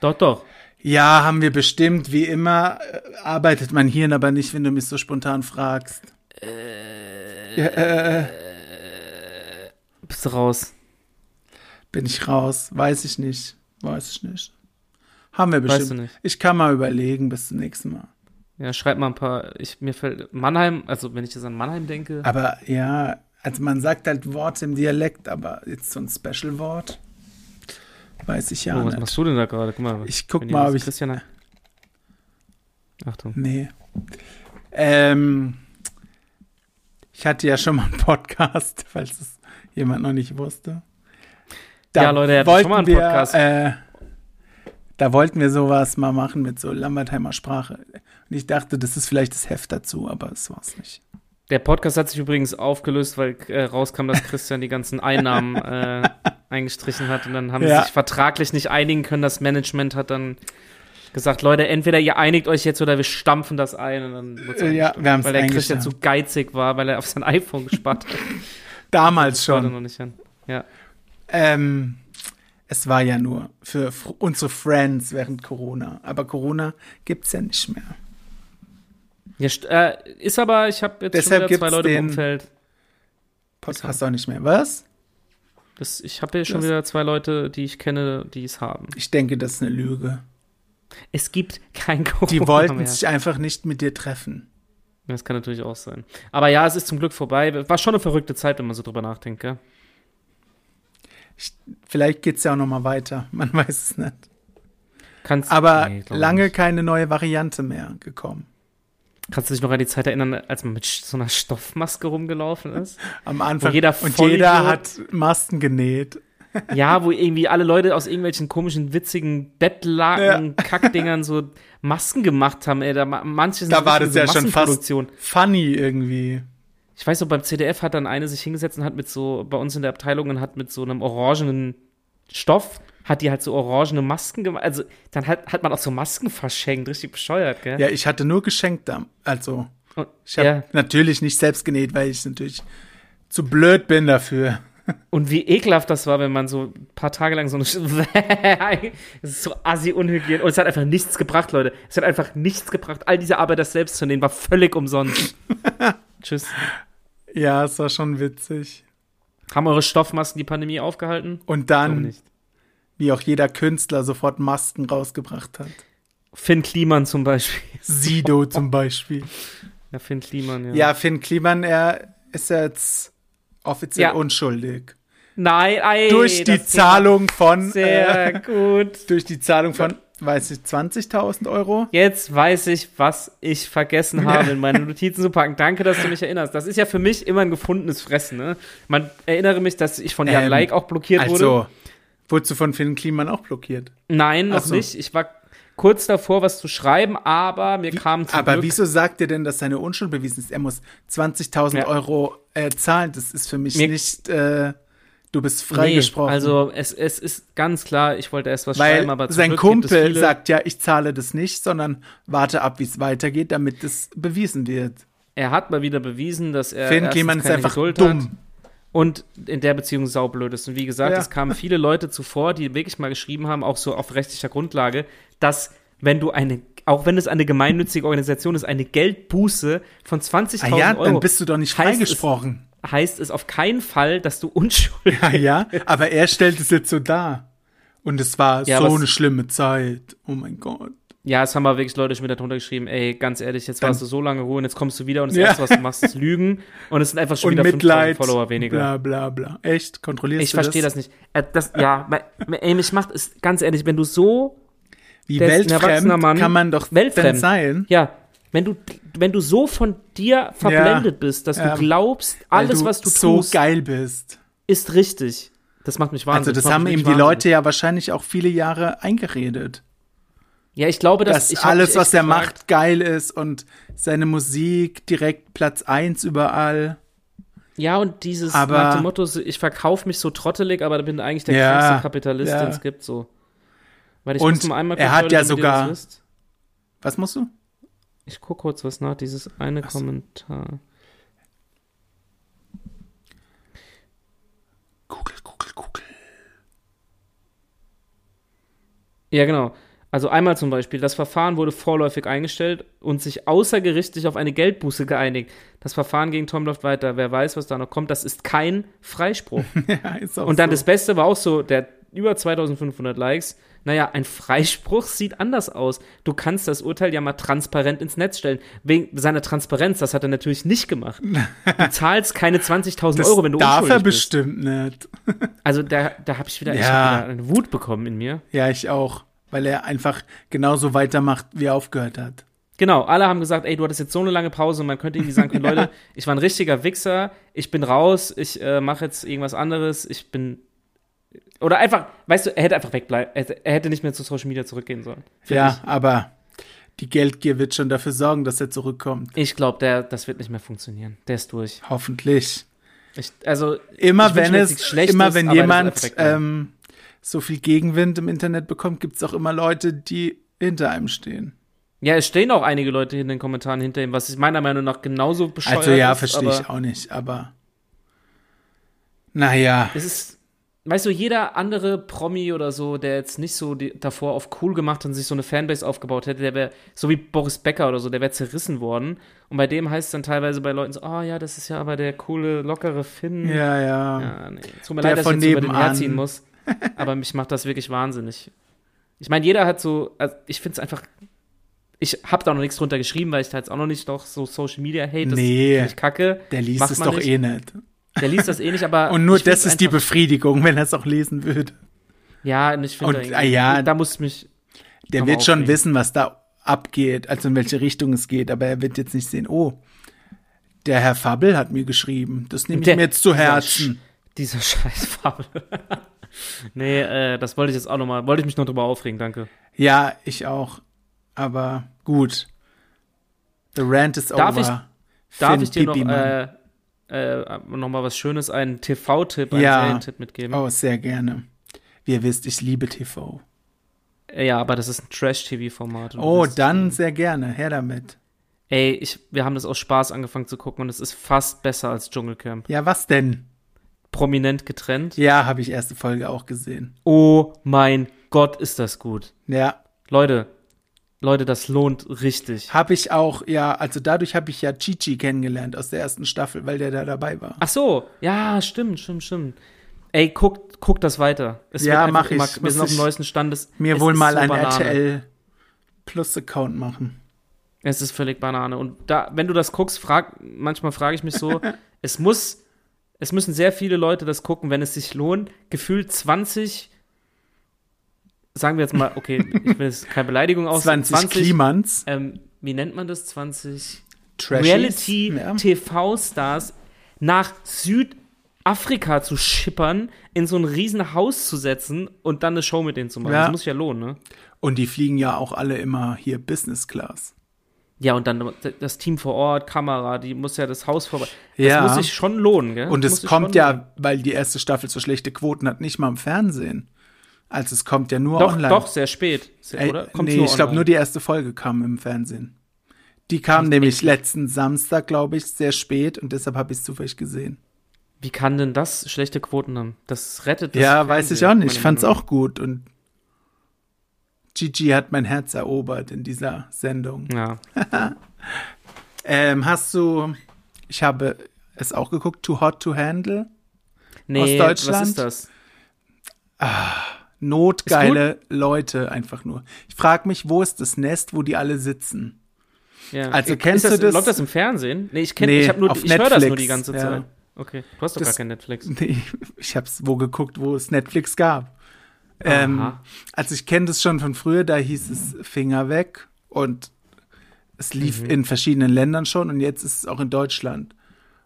Speaker 2: Doch, doch.
Speaker 1: Ja, haben wir bestimmt, wie immer äh, arbeitet mein Hirn aber nicht, wenn du mich so spontan fragst. ja, äh,
Speaker 2: Bist du raus.
Speaker 1: bin ich raus, weiß ich nicht, weiß ich nicht. Haben wir
Speaker 2: Weißt
Speaker 1: bestimmt.
Speaker 2: du nicht.
Speaker 1: Ich kann mal überlegen bis zum nächsten Mal.
Speaker 2: Ja, schreib mal ein paar. Ich, mir fällt Mannheim, also wenn ich jetzt an Mannheim denke.
Speaker 1: Aber ja, also man sagt halt Worte im Dialekt, aber jetzt so ein Special-Wort weiß ich ja
Speaker 2: oh, was
Speaker 1: nicht.
Speaker 2: machst du denn da gerade? Guck mal.
Speaker 1: Ich guck
Speaker 2: wenn ihr
Speaker 1: mal,
Speaker 2: das-
Speaker 1: ob ich-
Speaker 2: Christian. Achtung.
Speaker 1: Nee. Ähm, ich hatte ja schon mal einen Podcast, falls es jemand noch nicht wusste.
Speaker 2: Ja, Leute, er hatte
Speaker 1: wollten
Speaker 2: schon mal einen
Speaker 1: wir,
Speaker 2: Podcast.
Speaker 1: Äh, da wollten wir sowas mal machen mit so Lambertheimer Sprache. Und ich dachte, das ist vielleicht das Heft dazu, aber es war's nicht.
Speaker 2: Der Podcast hat sich übrigens aufgelöst, weil äh, rauskam, dass Christian die ganzen Einnahmen äh, eingestrichen hat. Und dann haben
Speaker 1: Ja.
Speaker 2: sie sich vertraglich nicht einigen können. Das Management hat dann gesagt, Leute, entweder ihr einigt euch jetzt oder wir stampfen das ein. Und dann wurd's
Speaker 1: Äh, ja,
Speaker 2: eingestampft,
Speaker 1: wir haben's
Speaker 2: Weil der Christian zu
Speaker 1: eingestampft.
Speaker 2: geizig war, weil er auf sein iPhone gespart hat.
Speaker 1: Damals
Speaker 2: Schaut er
Speaker 1: schon.
Speaker 2: noch nicht an. Ja.
Speaker 1: Ähm, es war ja nur für fr- unsere Friends während Corona. Aber Corona gibt's ja nicht mehr.
Speaker 2: ja st- äh, ist aber, ich habe jetzt
Speaker 1: Deshalb
Speaker 2: schon wieder zwei
Speaker 1: gibt's
Speaker 2: Leute im
Speaker 1: den-
Speaker 2: Umfeld.
Speaker 1: Podcast auch nicht mehr. Was?
Speaker 2: Das, ich habe hier schon
Speaker 1: Das-
Speaker 2: wieder zwei Leute, die ich kenne, die es haben.
Speaker 1: Ich denke, das ist eine Lüge.
Speaker 2: Es gibt kein Corona
Speaker 1: Die wollten
Speaker 2: mehr.
Speaker 1: sich einfach nicht mit dir treffen.
Speaker 2: Das kann natürlich auch sein. Aber ja, es ist zum Glück vorbei. War schon eine verrückte Zeit, wenn man so drüber nachdenkt, gell?
Speaker 1: Vielleicht geht's ja auch noch mal weiter. Man weiß es nicht.
Speaker 2: Kannst,
Speaker 1: Aber
Speaker 2: Nee, glaub ich
Speaker 1: lange
Speaker 2: nicht.
Speaker 1: keine neue Variante mehr gekommen.
Speaker 2: Kannst du dich noch an die Zeit erinnern, als man mit so einer Stoffmaske rumgelaufen ist?
Speaker 1: Am Anfang.
Speaker 2: Wo jeder
Speaker 1: und jeder
Speaker 2: Vollidiot-
Speaker 1: hat Masken genäht.
Speaker 2: Ja, wo irgendwie alle Leute aus irgendwelchen komischen, witzigen Bettlaken, Kackdingern so Masken gemacht haben, ey. Da, ma- manche sind
Speaker 1: Da war das
Speaker 2: wirklich so
Speaker 1: ja schon fast
Speaker 2: Massenproduktion.
Speaker 1: funny irgendwie.
Speaker 2: Ich weiß noch, beim CDF hat dann eine sich hingesetzt und hat mit so, bei uns in der Abteilung, und hat mit so einem orangenen Stoff, hat die halt so orangene Masken gemacht. Also, dann hat, hat man auch so Masken verschenkt, richtig bescheuert, gell?
Speaker 1: Ja, ich hatte nur geschenkt da. Also,
Speaker 2: Und,
Speaker 1: ich habe
Speaker 2: ja.
Speaker 1: natürlich nicht selbst genäht, weil ich natürlich zu blöd bin dafür.
Speaker 2: und wie ekelhaft das war, wenn man so ein paar Tage lang so eine. Es ist so assi unhygienisch. Und es hat einfach nichts gebracht, Leute. Es hat einfach nichts gebracht. All diese Arbeit, das selbst zu nehmen, war völlig umsonst. Tschüss.
Speaker 1: Ja, es war schon witzig.
Speaker 2: Haben eure Stoffmasken die Pandemie aufgehalten?
Speaker 1: Und
Speaker 2: Glaube
Speaker 1: dann,
Speaker 2: nicht.
Speaker 1: wie auch jeder Künstler sofort Masken rausgebracht hat.
Speaker 2: Finn Kliman zum Beispiel.
Speaker 1: Sido zum Beispiel.
Speaker 2: Ja, Finn Kliman, ja.
Speaker 1: Ja, Finn Kliman, er ist ja jetzt offiziell
Speaker 2: Ja.
Speaker 1: unschuldig.
Speaker 2: Nein, ei,
Speaker 1: durch die
Speaker 2: das Thema-
Speaker 1: Zahlung von äh,
Speaker 2: Sehr gut.
Speaker 1: durch die Zahlung von, weiß ich, 20.000 Euro.
Speaker 2: Jetzt weiß ich, was ich vergessen habe, in meine Notizen zu packen. Danke, dass du mich erinnerst. Das ist ja für mich immer ein gefundenes Fressen. Ne? Man erinnere mich, dass ich von Jan
Speaker 1: Ähm,
Speaker 2: Like auch blockiert wurde.
Speaker 1: Also, wurdest du von Finn Kliman auch blockiert?
Speaker 2: Nein, noch
Speaker 1: Ach so.
Speaker 2: nicht. Ich war kurz davor, was zu schreiben, aber mir kam zum
Speaker 1: Aber
Speaker 2: Glück.
Speaker 1: wieso sagt er denn, dass seine Unschuld bewiesen ist? Er muss 20.000
Speaker 2: Ja.
Speaker 1: Euro äh, zahlen. Das ist für mich
Speaker 2: Mir-
Speaker 1: nicht, äh, du bist
Speaker 2: Nee,
Speaker 1: freigesprochen.
Speaker 2: also es, es ist ganz klar, ich wollte erst was
Speaker 1: weil
Speaker 2: schreiben, aber zum
Speaker 1: sein
Speaker 2: Glück gibt es
Speaker 1: Kumpel
Speaker 2: viele-
Speaker 1: sagt ja, ich zahle das nicht, sondern warte ab, wie es weitergeht, damit es bewiesen wird.
Speaker 2: er hat mal wieder bewiesen, dass er
Speaker 1: Finn
Speaker 2: Äh, erstens
Speaker 1: Kliman ist
Speaker 2: keine
Speaker 1: einfach
Speaker 2: Geduld
Speaker 1: dumm.
Speaker 2: hat. Und in der Beziehung saublöd ist. Und wie gesagt,
Speaker 1: Ja.
Speaker 2: es kamen viele Leute zuvor, die wirklich mal geschrieben haben, auch so auf rechtlicher Grundlage, dass wenn du eine, auch wenn es eine gemeinnützige Organisation ist, eine Geldbuße von 20.000
Speaker 1: Ah ja,
Speaker 2: Euro
Speaker 1: dann bist du doch nicht
Speaker 2: heißt es-
Speaker 1: freigesprochen.
Speaker 2: heißt es auf keinen Fall, dass du unschuldig
Speaker 1: Ah ja, aber er stellt es jetzt so dar. Und es war
Speaker 2: Ja,
Speaker 1: so
Speaker 2: aber
Speaker 1: eine
Speaker 2: es-
Speaker 1: schlimme Zeit. Oh mein Gott.
Speaker 2: Ja, es haben aber wirklich Leute schon wieder drunter geschrieben, ey, ganz ehrlich, jetzt warst du so lange ruhig und jetzt kommst du wieder und das
Speaker 1: Ja.
Speaker 2: Erste, was du machst, ist Lügen. Und es sind einfach schon
Speaker 1: Und
Speaker 2: wieder 5.000
Speaker 1: Mitleid.
Speaker 2: Follower weniger.
Speaker 1: Bla bla bla. Echt? Kontrollierst
Speaker 2: Ich
Speaker 1: du das?
Speaker 2: verstehe das? nicht. Äh, das ja, weil- ey, mich macht es ganz ehrlich, wenn du so
Speaker 1: Wie
Speaker 2: Der ist ein
Speaker 1: weltfremd
Speaker 2: erwachsener Mann.
Speaker 1: kann man doch
Speaker 2: Weltfremd.
Speaker 1: denn sein?
Speaker 2: Ja, wenn du, wenn du so von dir verblendet bist, dass
Speaker 1: Ja. ähm,
Speaker 2: du glaubst,
Speaker 1: weil
Speaker 2: alles, was du
Speaker 1: so
Speaker 2: tust,
Speaker 1: geil bist.
Speaker 2: ist richtig. Das macht mich wahnsinnig.
Speaker 1: Also das
Speaker 2: macht
Speaker 1: haben
Speaker 2: mich
Speaker 1: ihm die
Speaker 2: wirklich
Speaker 1: Leute ja wahrscheinlich auch viele Jahre eingeredet.
Speaker 2: wahnsinnig. Ja, ich glaube, dass
Speaker 1: Dass
Speaker 2: ich hab mich
Speaker 1: alles,
Speaker 2: echt
Speaker 1: was er
Speaker 2: gefragt,
Speaker 1: macht, geil ist und seine Musik direkt Platz 1 überall.
Speaker 2: Ja, und dieses
Speaker 1: Aber-
Speaker 2: nach dem Motto, so, ich verkaufe mich so trottelig, aber bin eigentlich der
Speaker 1: Ja,
Speaker 2: kleinste Kapitalist,
Speaker 1: ja.
Speaker 2: den es gibt, so. Weil ich
Speaker 1: Und
Speaker 2: muss mal einmal
Speaker 1: er
Speaker 2: kurz,
Speaker 1: hat
Speaker 2: Leute,
Speaker 1: ja
Speaker 2: damit ihr
Speaker 1: sogar-
Speaker 2: das wisst.
Speaker 1: Was musst du?
Speaker 2: Ich guck kurz was nach, dieses eine
Speaker 1: so.
Speaker 2: Kommentar.
Speaker 1: Google, Google, Google.
Speaker 2: Ja, genau. Also einmal zum Beispiel, das Verfahren wurde vorläufig eingestellt und sich außergerichtlich auf eine Geldbuße geeinigt. Das Verfahren gegen Tom läuft weiter. Wer weiß, was da noch kommt. Das ist kein Freispruch.
Speaker 1: ja, ist auch
Speaker 2: und dann
Speaker 1: so.
Speaker 2: das Beste war auch so, der über 2500 Likes. Naja, ein Freispruch sieht anders aus. Du kannst das Urteil ja mal transparent ins Netz stellen. Wegen seiner Transparenz, das hat er natürlich nicht gemacht. Du zahlst keine 20.000
Speaker 1: das
Speaker 2: Euro, wenn du
Speaker 1: darf er
Speaker 2: unschuldig bist.
Speaker 1: bestimmt nicht.
Speaker 2: Also da, da habe ich wieder, ich
Speaker 1: Ja.
Speaker 2: hab wieder eine Wut bekommen in mir.
Speaker 1: Ja, ich auch. Weil er einfach genauso weitermacht, wie er aufgehört hat.
Speaker 2: Genau, alle haben gesagt, ey, du hattest jetzt so eine lange Pause und man könnte irgendwie sagen können, Leute, ich war ein richtiger Wichser, ich bin raus, ich äh, mache jetzt irgendwas anderes, ich bin oder einfach, weißt du, er hätte einfach wegbleiben, er hätte- er hätte nicht mehr zu Social Media zurückgehen sollen. Find
Speaker 1: ja, aber die Geldgier wird schon dafür sorgen, dass er zurückkommt.
Speaker 2: Ich, ich glaube, der, das wird nicht mehr funktionieren. Der ist durch.
Speaker 1: Hoffentlich.
Speaker 2: Ich, also
Speaker 1: Immer
Speaker 2: ich wünsch
Speaker 1: wenn
Speaker 2: mir jetzt nichts
Speaker 1: es,
Speaker 2: Schlechtes,
Speaker 1: immer wenn
Speaker 2: aber das
Speaker 1: jemand
Speaker 2: Effekt, ne?
Speaker 1: ähm, so viel Gegenwind im Internet bekommt, gibt es auch immer Leute, die hinter einem stehen.
Speaker 2: ja, es stehen auch einige Leute in den Kommentaren hinter ihm, was ich meiner Meinung nach genauso bescheuert
Speaker 1: Also ja,
Speaker 2: ist,
Speaker 1: verstehe
Speaker 2: aber-
Speaker 1: ich auch nicht, aber naja,
Speaker 2: Es ist, weißt du, jeder andere Promi oder so, der jetzt nicht so die, davor auf cool gemacht und sich so eine Fanbase aufgebaut hätte, der wäre, so wie Boris Becker oder so, der wäre zerrissen worden. Und bei dem heißt es dann teilweise bei Leuten so, ah ja, das ist ja aber der coole, lockere Finn.
Speaker 1: ja, ja,
Speaker 2: Ja, nee. Tut mir
Speaker 1: Der
Speaker 2: leid, dass ich
Speaker 1: von
Speaker 2: jetzt über den
Speaker 1: nebenan.
Speaker 2: herziehen muss. Aber mich macht das wirklich wahnsinnig. Ich meine, jeder hat so, also ich finde es einfach, ich habe da noch nichts drunter geschrieben, weil ich da jetzt auch noch nicht noch so Social Media hate, das
Speaker 1: Nee.
Speaker 2: finde ich kacke.
Speaker 1: der liest
Speaker 2: Macht
Speaker 1: es
Speaker 2: man
Speaker 1: doch
Speaker 2: nicht.
Speaker 1: eh nicht.
Speaker 2: Der liest das eh nicht, aber.
Speaker 1: Und nur
Speaker 2: ich find's
Speaker 1: das ist die
Speaker 2: einfach-
Speaker 1: Befriedigung, wenn er es auch lesen würde.
Speaker 2: Ja, und ich
Speaker 1: Und,
Speaker 2: finde, da
Speaker 1: ah,
Speaker 2: irgendwie-
Speaker 1: ja.
Speaker 2: da muss ich mich.
Speaker 1: Der
Speaker 2: Kann man
Speaker 1: wird schon
Speaker 2: aufregen.
Speaker 1: wissen, was da abgeht, also in welche Richtung es geht, aber er wird jetzt nicht sehen, oh, der Herr Fabbel hat mir geschrieben, das nehme ich
Speaker 2: Der-
Speaker 1: mir jetzt zu
Speaker 2: dieser
Speaker 1: Herzen.
Speaker 2: Sch- Dieser scheiß Fabel. nee, äh, das wollte ich jetzt auch nochmal, wollte ich mich noch drüber aufregen, danke.
Speaker 1: Ja, ich auch, aber gut. The rant is
Speaker 2: Darf ich-
Speaker 1: over.
Speaker 2: Darf
Speaker 1: Finn
Speaker 2: ich dir noch,
Speaker 1: Pipi-Mann.
Speaker 2: äh, äh, noch mal was Schönes, einen TV-Tipp, einen
Speaker 1: Ja.
Speaker 2: Serientipp mitgeben?
Speaker 1: Oh, sehr gerne. Wie ihr wisst, ich liebe TV.
Speaker 2: Äh, Ja, aber das ist ein Trash-TV-Format. und du
Speaker 1: Oh,
Speaker 2: willst-
Speaker 1: dann sehr gerne. Her damit.
Speaker 2: Ey, ich, wir haben das aus Spaß angefangen zu gucken und es ist fast besser als Dschungelcamp.
Speaker 1: Ja, was denn?
Speaker 2: Prominent getrennt.
Speaker 1: Ja, habe ich erste Folge auch gesehen.
Speaker 2: Oh mein Gott, ist das gut.
Speaker 1: Ja,
Speaker 2: Leute, Leute, das lohnt richtig.
Speaker 1: habe ich auch, ja, also dadurch habe ich ja Chichi kennengelernt aus der ersten Staffel, weil der da dabei war.
Speaker 2: Ach so, ja, stimmt, stimmt, stimmt. Ey, guckt, guckt das weiter. Es
Speaker 1: Ja,
Speaker 2: einfach
Speaker 1: mach ich.
Speaker 2: immer- Wir
Speaker 1: Muss
Speaker 2: sind auf dem
Speaker 1: ich
Speaker 2: neuesten Stand. Es,
Speaker 1: Mir
Speaker 2: es
Speaker 1: wohl
Speaker 2: ist
Speaker 1: mal
Speaker 2: so
Speaker 1: einen
Speaker 2: Banane.
Speaker 1: RTL Plus Account machen.
Speaker 2: Es ist völlig Banane. Und da, wenn du das guckst, frag, manchmal frage ich mich so, es muss, es müssen sehr viele Leute das gucken, wenn es sich lohnt. Gefühlt 20, sagen wir jetzt mal, okay, ich will jetzt keine Beleidigung aus.
Speaker 1: 20, Klimans.
Speaker 2: ähm, wie nennt man das? 20
Speaker 1: Trashies. Ja.
Speaker 2: Reality-TV-Stars nach Südafrika zu schippern, in so ein riesen Haus zu setzen und dann eine Show mit denen zu machen.
Speaker 1: Ja.
Speaker 2: Das muss sich ja lohnen, ne?
Speaker 1: Und die fliegen ja auch alle immer hier Business Class.
Speaker 2: Ja, und dann das Team vor Ort, Kamera, die muss ja das Haus vorbei. Das
Speaker 1: Ja.
Speaker 2: muss sich schon lohnen, gell?
Speaker 1: Und
Speaker 2: Das muss
Speaker 1: es
Speaker 2: sich
Speaker 1: kommt
Speaker 2: schon lohnen.
Speaker 1: ja, weil die erste Staffel so schlechte Quoten hat, nicht mal im Fernsehen. Also es kommt ja nur
Speaker 2: Doch,
Speaker 1: online.
Speaker 2: doch, sehr spät. Sehr,
Speaker 1: Ey,
Speaker 2: oder?
Speaker 1: nee, ich glaube, nur die erste Folge kam im Fernsehen. Die kam nämlich letzten Samstag, glaube ich, sehr spät und deshalb habe ich es zufällig gesehen.
Speaker 2: Wie kann denn das schlechte Quoten haben? Das rettet das.
Speaker 1: ja, weiß ich
Speaker 2: Fernsehen,
Speaker 1: auch nicht.
Speaker 2: meiner
Speaker 1: Ich fand es
Speaker 2: Meinung
Speaker 1: auch gut und Gigi hat mein Herz erobert in dieser Sendung.
Speaker 2: nach. Ja.
Speaker 1: Ähm, hast du, ich habe es auch geguckt, Too Hot to Handle?
Speaker 2: Nee,
Speaker 1: Deutschland?
Speaker 2: was ist das?
Speaker 1: Notgeile Leute einfach nur. Ich frage mich, wo ist das Nest, wo die alle sitzen?
Speaker 2: Ja.
Speaker 1: Also
Speaker 2: Ich-
Speaker 1: kennst
Speaker 2: ist
Speaker 1: du das-
Speaker 2: Läuft das im Fernsehen? Nee, ich kenne,
Speaker 1: Nee,
Speaker 2: ich habe nur,
Speaker 1: auf
Speaker 2: ich höre das nur
Speaker 1: Netflix,
Speaker 2: die ganze
Speaker 1: ja.
Speaker 2: Zeit. Okay, du hast doch
Speaker 1: Das-
Speaker 2: gar kein Netflix.
Speaker 1: Nee, ich habe es wo geguckt, wo es Netflix gab. Ähm,
Speaker 2: Aha.
Speaker 1: also ich kenne das schon von früher, da hieß es Finger weg und es lief
Speaker 2: Mhm.
Speaker 1: in verschiedenen Ländern schon und jetzt ist es auch in Deutschland.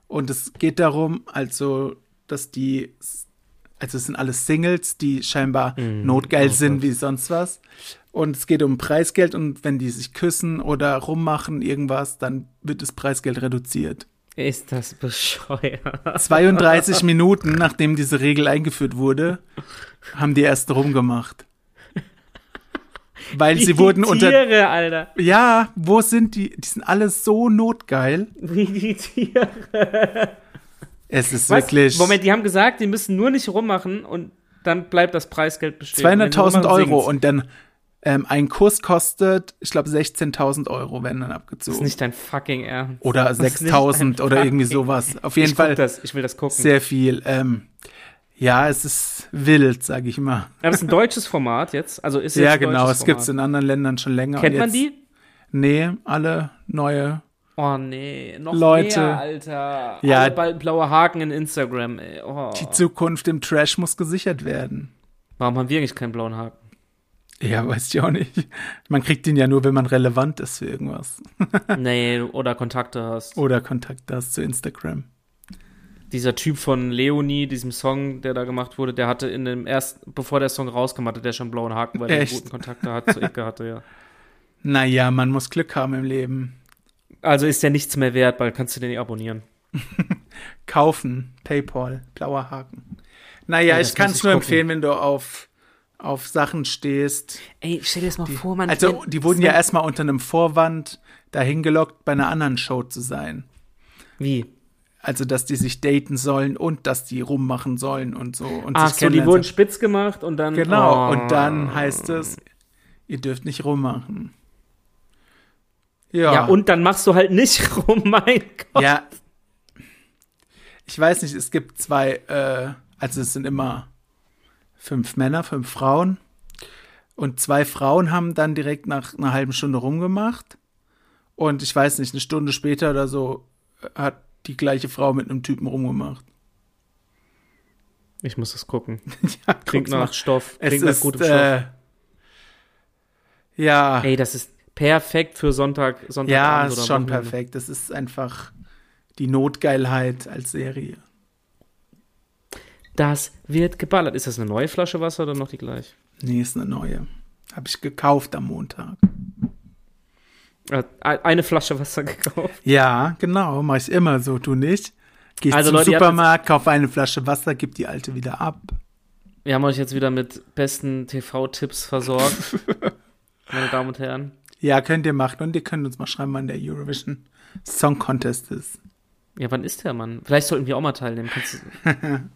Speaker 1: Und es geht darum, also, dass die, also es sind alles Singles, die scheinbar notgeil
Speaker 2: oh
Speaker 1: sind
Speaker 2: Gott.
Speaker 1: wie sonst was. Und es geht um Preisgeld und wenn die sich küssen oder rummachen, irgendwas, dann wird das Preisgeld reduziert.
Speaker 2: Ist das bescheuert?
Speaker 1: 32 Minuten, nachdem diese Regel eingeführt wurde, haben die erst rumgemacht. Weil sie
Speaker 2: die
Speaker 1: wurden
Speaker 2: Tiere,
Speaker 1: unter.
Speaker 2: Alter.
Speaker 1: Ja, wo sind die? Die sind alle so notgeil.
Speaker 2: Wie die Tiere.
Speaker 1: Es ist
Speaker 2: Was?
Speaker 1: wirklich.
Speaker 2: Moment, die haben gesagt, die müssen nur nicht rummachen und dann bleibt das Preisgeld bestehen. Und wenn die
Speaker 1: 200.000
Speaker 2: rummachen,
Speaker 1: Euro
Speaker 2: singen's.
Speaker 1: und dann ähm, ein Kurs kostet, ich glaube, 16.000 Euro werden dann
Speaker 2: Das
Speaker 1: abgezogen.
Speaker 2: ist nicht dein fucking Ernst.
Speaker 1: oder
Speaker 2: ist nicht
Speaker 1: 6.000 oder
Speaker 2: einfach.
Speaker 1: irgendwie sowas. Auf
Speaker 2: Ich
Speaker 1: jeden
Speaker 2: guck
Speaker 1: Fall
Speaker 2: das, ich will das gucken.
Speaker 1: sehr viel. Ähm, ja, es ist wild, sag ich mal.
Speaker 2: Aber das ist ein deutsches Format jetzt. Also ist jetzt
Speaker 1: Ja,
Speaker 2: ein
Speaker 1: genau.
Speaker 2: deutsches
Speaker 1: Es gibt es
Speaker 2: Format.
Speaker 1: in anderen Ländern schon länger.
Speaker 2: Kennt
Speaker 1: und
Speaker 2: man
Speaker 1: jetzt-
Speaker 2: die?
Speaker 1: Nee, alle neue.
Speaker 2: Oh nee, noch
Speaker 1: Leute.
Speaker 2: mehr, Alter.
Speaker 1: Ja.
Speaker 2: Alle bald blaue Haken in Instagram. Ey. Oh.
Speaker 1: Die Zukunft im Trash muss gesichert werden.
Speaker 2: Warum haben wir eigentlich keinen blauen Haken?
Speaker 1: Ja, weiß ich auch nicht. Man kriegt ihn ja nur, wenn man relevant ist für irgendwas.
Speaker 2: nee, oder Kontakte hast.
Speaker 1: Oder Kontakt da ist zu Instagram.
Speaker 2: dieser Typ von Leonie, diesem Song, der da gemacht wurde, der hatte in dem ersten, bevor der Song rausgemacht hat, der schon einen blauen Haken, weil er
Speaker 1: Echt?
Speaker 2: einen guten Kontakt da hat, zu Ecke hatte, ja.
Speaker 1: Naja, man muss Glück haben im Leben.
Speaker 2: Also ist der nichts mehr wert, weil kannst du den nicht abonnieren.
Speaker 1: Kaufen, Paypal, blauer Haken. Naja,
Speaker 2: Ja, das
Speaker 1: ich kann
Speaker 2: muss
Speaker 1: es
Speaker 2: ich
Speaker 1: nur
Speaker 2: gucken.
Speaker 1: empfehlen, wenn du auf, auf Sachen stehst.
Speaker 2: Ey, stell dir das mal vor, man.
Speaker 1: Also, die wurden ja erstmal unter einem Vorwand dahin gelockt, bei einer anderen Show zu sein.
Speaker 2: Wie?
Speaker 1: Also, dass die sich daten sollen und dass die rummachen sollen und so. Und
Speaker 2: Ach
Speaker 1: sich
Speaker 2: so, die
Speaker 1: kennenlernen
Speaker 2: wurden spitz gemacht und dann.
Speaker 1: Genau,
Speaker 2: Oh.
Speaker 1: und dann heißt es, ihr dürft nicht rummachen. Ja,
Speaker 2: Ja. und dann machst du halt nicht rum, mein Gott.
Speaker 1: Ja. Ich weiß nicht, es gibt zwei, äh, also es sind immer fünf Männer, fünf Frauen. Und zwei Frauen haben dann direkt nach einer halben Stunde rumgemacht. Und ich weiß nicht, eine Stunde später oder so äh, hat die gleiche Frau mit einem Typen rumgemacht.
Speaker 2: Ich muss das gucken.
Speaker 1: ja, guck's
Speaker 2: Klingt
Speaker 1: mal.
Speaker 2: nach Stoff.
Speaker 1: Es
Speaker 2: Klingt nach
Speaker 1: ist,
Speaker 2: gutem Stoff.
Speaker 1: äh, ja.
Speaker 2: äh, Ey, das ist. perfekt für Sonntag, Sonntagabend
Speaker 1: Ja, ist
Speaker 2: oder
Speaker 1: schon
Speaker 2: Wochenende.
Speaker 1: perfekt. Das ist einfach die Notgeilheit als Serie.
Speaker 2: Das wird geballert. Ist das eine neue Flasche Wasser oder noch die gleich?
Speaker 1: Nee, ist eine neue. Habe ich gekauft am Montag.
Speaker 2: Äh, Eine Flasche Wasser gekauft.
Speaker 1: Ja, genau, mache ich immer so, du nicht. Geh ich
Speaker 2: Also,
Speaker 1: zum
Speaker 2: Leute, ihr habt
Speaker 1: Supermarkt, kauf eine Flasche Wasser, gib die alte wieder ab.
Speaker 2: Wir haben euch jetzt wieder mit besten TV-Tipps versorgt. meine Damen und Herren.
Speaker 1: Ja, könnt ihr machen und ihr könnt uns mal schreiben, wann der Eurovision Song Contest ist.
Speaker 2: Ja, wann ist der Mann? Vielleicht sollten wir auch mal teilnehmen. Kannst du-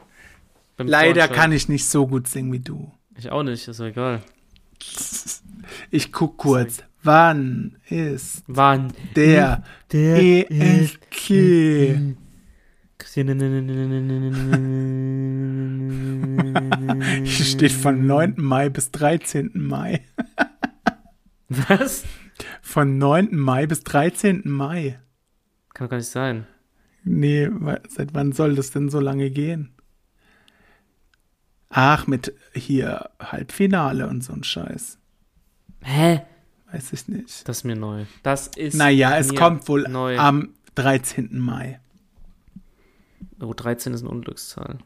Speaker 2: Beim
Speaker 1: Leider
Speaker 2: Vorentscheid.
Speaker 1: kann ich nicht so gut singen wie du.
Speaker 2: ich auch nicht, ist doch egal.
Speaker 1: Ich guck kurz. Wann ist
Speaker 2: Wann?
Speaker 1: der E
Speaker 2: Der
Speaker 1: ESC?
Speaker 2: Hm.
Speaker 1: Hier steht von 9. Mai bis 13. Mai.
Speaker 2: Was?
Speaker 1: Von 9. Mai bis 13. Mai.
Speaker 2: Kann doch gar nicht sein.
Speaker 1: Nee, wa- seit wann soll das denn so lange gehen? Ach, mit hier Halbfinale und so ein Scheiß.
Speaker 2: Hä?
Speaker 1: Weiß ich nicht.
Speaker 2: Das ist mir neu. Das ist.
Speaker 1: Naja, es
Speaker 2: mir
Speaker 1: kommt wohl
Speaker 2: neu.
Speaker 1: am 13. Mai.
Speaker 2: Oh, 13 ist eine Unglückszahl.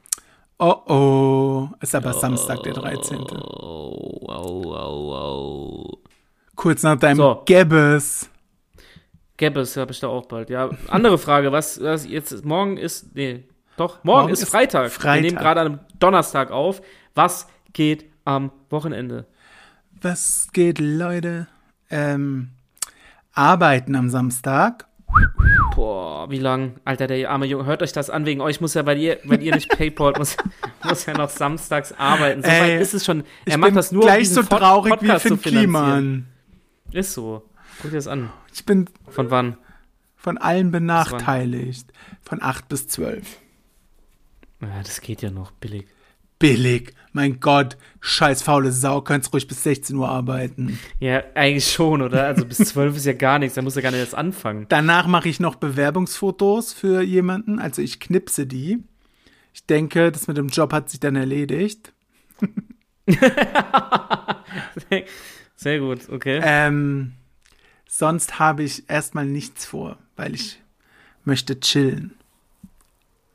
Speaker 1: Oh oh, ist aber Samstag der 13.
Speaker 2: Oh, wow, wow, wow.
Speaker 1: Kurz nach deinem
Speaker 2: So.
Speaker 1: Gebbes.
Speaker 2: Gäbe es, habe ich da auch bald. Ja, andere Frage, was, was jetzt morgen ist, nee, doch, morgen,
Speaker 1: Morgen
Speaker 2: ist
Speaker 1: ist
Speaker 2: Freitag.
Speaker 1: Freitag.
Speaker 2: Wir nehmen gerade an einem Donnerstag auf. Was geht am Wochenende?
Speaker 1: Was geht, Leute? Ähm, arbeiten am Samstag?
Speaker 2: Boah, wie lang? Alter, der arme Junge, hört euch das an, wegen euch muss ja, weil ihr, wenn ihr nicht Paypal, muss, muss ja noch samstags arbeiten. So
Speaker 1: Ey,
Speaker 2: weit ist es schon,
Speaker 1: Ich
Speaker 2: er macht
Speaker 1: bin
Speaker 2: das nur, um
Speaker 1: gleich
Speaker 2: diesen
Speaker 1: so
Speaker 2: Pod-
Speaker 1: traurig
Speaker 2: Podcast
Speaker 1: wie Finn
Speaker 2: zu finanzieren.
Speaker 1: Kliman.
Speaker 2: Ist so. Guck dir das an.
Speaker 1: Ich bin
Speaker 2: Von wann?
Speaker 1: von allen benachteiligt. Von 8 bis 12.
Speaker 2: Ja, das geht ja noch, billig.
Speaker 1: Billig. Mein Gott, scheiß faule Sau, kannst ruhig bis 16 Uhr arbeiten.
Speaker 2: Ja, eigentlich schon, oder? Also bis zwölf ist ja gar nichts, da muss ja gar nicht erst anfangen.
Speaker 1: Danach mache ich noch Bewerbungsfotos für jemanden. Also ich knipse die. Ich denke, das mit dem Job hat sich dann erledigt.
Speaker 2: Sehr gut, okay.
Speaker 1: Ähm, sonst habe ich erstmal nichts vor, weil ich möchte chillen.